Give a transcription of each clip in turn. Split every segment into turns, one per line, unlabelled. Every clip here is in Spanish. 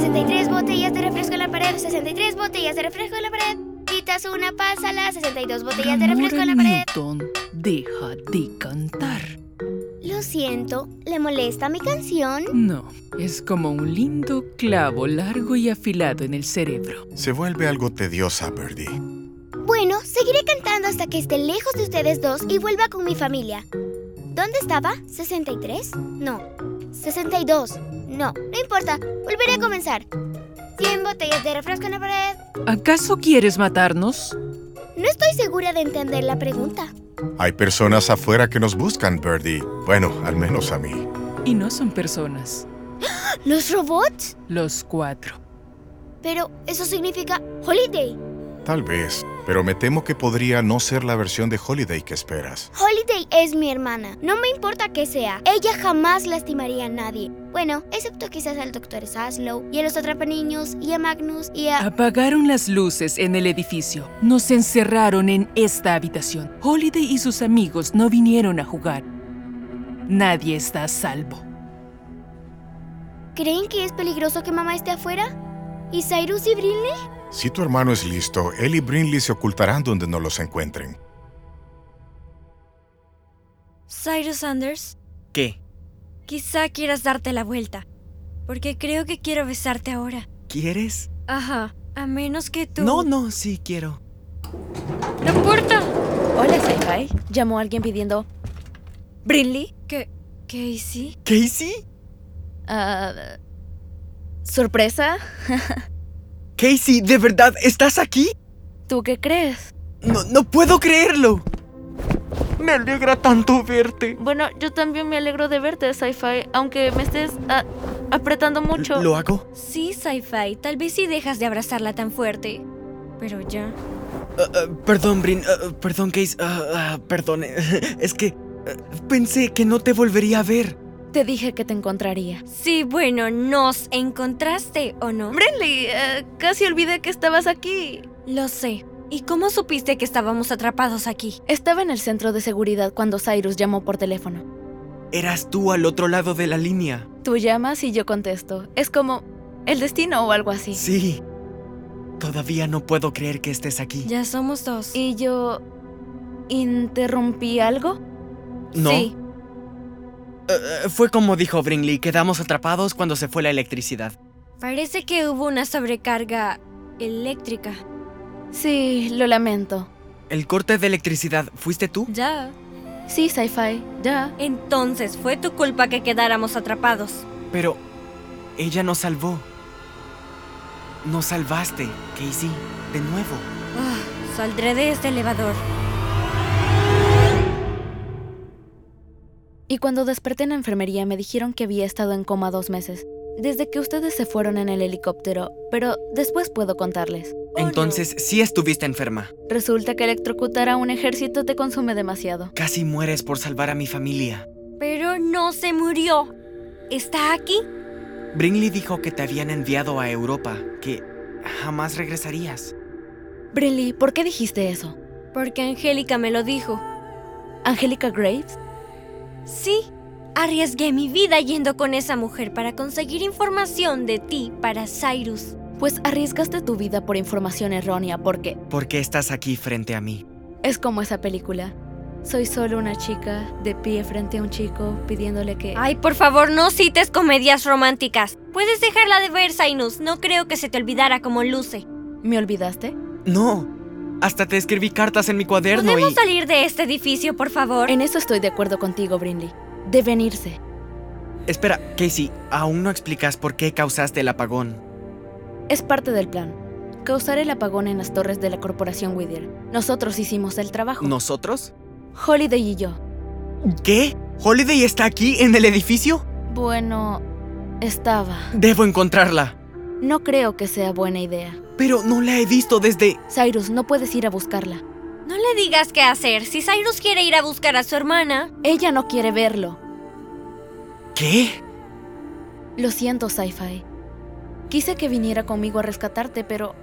63 botellas de refresco en la pared, 63 botellas de refresco en la pared. Quitas una, pásala, 62 botellas de refresco en la pared.
Newton, deja de cantar.
Lo siento, ¿le molesta mi canción?
No, es como un lindo clavo largo y afilado en el cerebro.
Se vuelve algo tediosa, Birdie.
Bueno, seguiré cantando hasta que esté lejos de ustedes dos y vuelva con mi familia. ¿Dónde estaba? ¿63? No. ¿62? No, no importa, volveré a comenzar. 100 botellas de refresco en la pared.
¿Acaso quieres matarnos?
No estoy segura de entender la pregunta.
Hay personas afuera que nos buscan, Birdie. Bueno, al menos a mí.
Y no son personas,
¿Los robots?
los cuatro.
Pero eso significa Holiday.
Tal vez, pero me temo que podría no ser la versión de Holiday que esperas.
Holiday es mi hermana. No me importa que sea. Ella jamás lastimaría a nadie. Bueno, excepto quizás al doctor Saslow y a los atrapaniños y a Magnus y
Ah.
a...
Apagaron las luces en el edificio. Nos encerraron en esta habitación. Holiday y sus amigos no vinieron a jugar. Nadie está a salvo.
¿Creen que es peligroso que mamá esté afuera? ¿Y Cyrus y Brinley?
Si tu hermano es listo, él y Brinley se ocultarán donde no los encuentren.
Cyrus Sanders,
¿Qué?
quizá quieras darte la vuelta, porque creo que quiero besarte ahora.
¿Quieres?
Ajá, a menos que tú...
No, no, sí quiero.
¡No importa!
Hola, Sci-Fi. Llamó alguien pidiendo.
¿Brinley? ¿Qué? ¿Casey?
¿Casey?
ah, ¿Sorpresa?
¿Casey, de verdad estás aquí?
¿Tú qué crees?
No, no puedo creerlo. Me alegra tanto verte.
Bueno, yo también me alegro de verte, Sci-Fi, aunque me estés ah, apretando mucho.
¿Lo hago?
Sí, Sci-Fi, tal vez sí dejas de abrazarla tan fuerte. Pero ya...
Ah, ah, perdón, Brin. ah, ah, perdón, Casey. Ah, ah, perdón. Es que ah, pensé que no te volvería a ver.
Te dije que te encontraría.
Sí, bueno, nos encontraste, ¿o no?
Brinley, eh, casi olvidé que estabas aquí.
Lo sé. ¿Y cómo supiste que estábamos atrapados aquí?
Estaba en el centro de seguridad cuando Cyrus llamó por teléfono.
Eras tú al otro lado de la línea.
Tú llamas y yo contesto. Es como el destino o algo así.
Sí. Todavía no puedo creer que estés aquí.
Ya somos dos.
Y yo... ¿Interrumpí algo?
¿No?
Sí.
Eh, eh, fue como dijo Brinley, quedamos atrapados cuando se fue la electricidad.
Parece que hubo una sobrecarga eléctrica.
Sí, lo lamento.
El corte de electricidad, ¿fuiste tú?
Ya.
Sí, Sci-Fi. Ya.
Entonces fue tu culpa que quedáramos atrapados.
Pero ella nos salvó. Nos salvaste, Casey, de nuevo.
Ah, saldré de este elevador.
Y cuando desperté en la enfermería me dijeron que había estado en coma dos meses. Desde que ustedes se fueron en el helicóptero, pero después puedo contarles.
Oh, no.
Entonces sí estuviste enferma.
Resulta que electrocutar a un ejército te consume demasiado.
Casi mueres por salvar a mi familia.
Pero no se murió. ¿Está aquí?
Brinley dijo que te habían enviado a Europa, que jamás regresarías.
Brilly, ¿por qué dijiste eso?
Porque Angélica me lo dijo.
¿Angélica Graves?
Sí, arriesgué mi vida yendo con esa mujer para conseguir información de ti para Cyrus.
Pues arriesgaste tu vida por información errónea porque
¿Por qué estás aquí frente a mí?
Es como esa película. Soy solo una chica de pie frente a un chico pidiéndole que...
Ay, por favor, no cites comedias románticas. Puedes dejarla de ver, Sainus. No creo que se te olvidara cómo luce.
¿Me olvidaste?
No. Hasta te escribí cartas en mi cuaderno
¿Podemos
y...
salir de este edificio, por favor?
En eso estoy de acuerdo contigo, Brinley. Deben irse.
Espera, Casey, aún no explicas por qué causaste el apagón.
Es parte del plan. Causar el apagón en las torres de la corporación Whittier. Nosotros hicimos el trabajo.
¿Nosotros?
Holiday y yo.
¿Qué? ¿Holiday está aquí, en el edificio?
Bueno, estaba.
Debo encontrarla.
No creo que sea buena idea.
Pero no la he visto desde...
Cyrus, no puedes ir a buscarla.
No le digas qué hacer. Si Cyrus quiere ir a buscar a su hermana,
Ella no quiere verlo.
¿Qué?
Lo siento, Sci-Fi. Quise que viniera conmigo a rescatarte, pero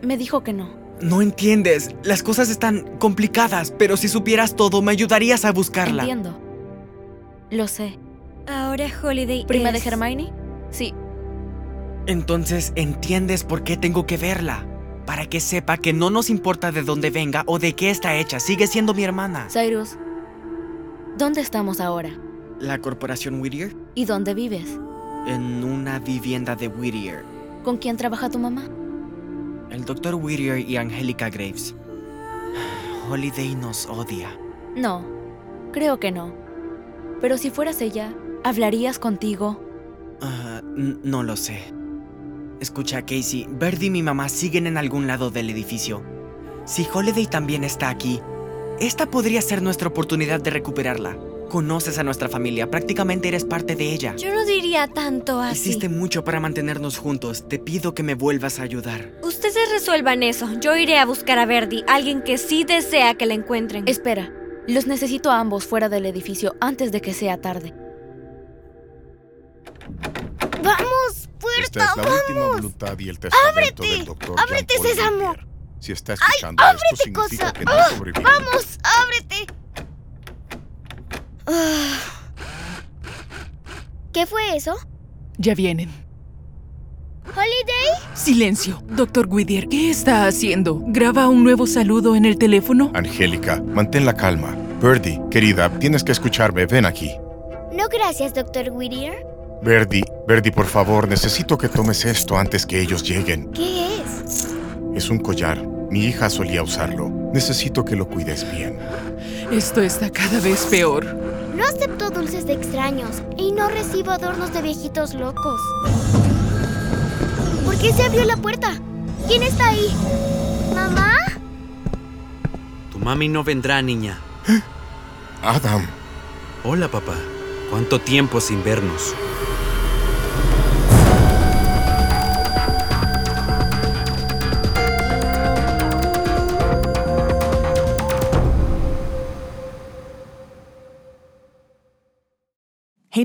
me dijo que no.
No entiendes. Las cosas están complicadas, pero si supieras todo, me ayudarías a buscarla.
Entiendo. Lo sé.
ahora Holiday.
¿Prima
es-
de Hermione? Sí.
Entonces, ¿entiendes por qué tengo que verla? Para que sepa que no nos importa de dónde venga o de qué está hecha, sigue siendo mi hermana.
Cyrus, ¿dónde estamos ahora?
¿La corporación Whittier?
¿Y dónde vives?
En una vivienda de Whittier.
¿Con quién trabaja tu mamá?
El doctor Whittier y Angélica Graves. Holiday nos odia.
No, creo que no. Pero si fueras ella, ¿hablarías contigo?
Ah, n- no lo sé. Escucha, Casey, Verdi y mi mamá siguen en algún lado del edificio. Si Holiday también está aquí, esta podría ser nuestra oportunidad de recuperarla. Conoces a nuestra familia, prácticamente eres parte de ella.
Yo no diría tanto así.
Hiciste mucho para mantenernos juntos. Te pido que me vuelvas a ayudar.
Ustedes resuelvan eso. Yo iré a buscar a Verdi, alguien que sí desea que la encuentren.
Espera, los necesito a ambos fuera del edificio antes de que sea tarde.
¡Vamos!
Esta
¡Puerta!
es la última voluntad y el testamento
Ábrete.
del doctor
Ábrete,
Jean-Paul
Sésamo.
Rivière. Si está escuchando esto, significa
cosa.
que no
Ah,
sobrevivió.
¡Vamos! ¡Ábrete! Ah. ¿Qué fue eso?
Ya vienen.
¿Holiday?
Silencio. Doctor Whittier, ¿qué está haciendo? ¿Graba un nuevo saludo en el teléfono?
Angélica, mantén la calma. Birdie, querida, tienes que escucharme. Ven aquí.
No, gracias, doctor Whittier.
Birdie, Birdie, por favor, necesito que tomes esto antes que ellos lleguen.
¿Qué es?
Es un collar. Mi hija solía usarlo. Necesito que lo cuides bien.
Esto está cada vez peor.
No acepto dulces de extraños y no recibo adornos de viejitos locos. ¿Por qué se abrió la puerta? ¿Quién está ahí? ¿Mamá?
Tu mami no vendrá, niña.
Adam,
Hola, papá. ¿Cuánto tiempo sin vernos?
Hey,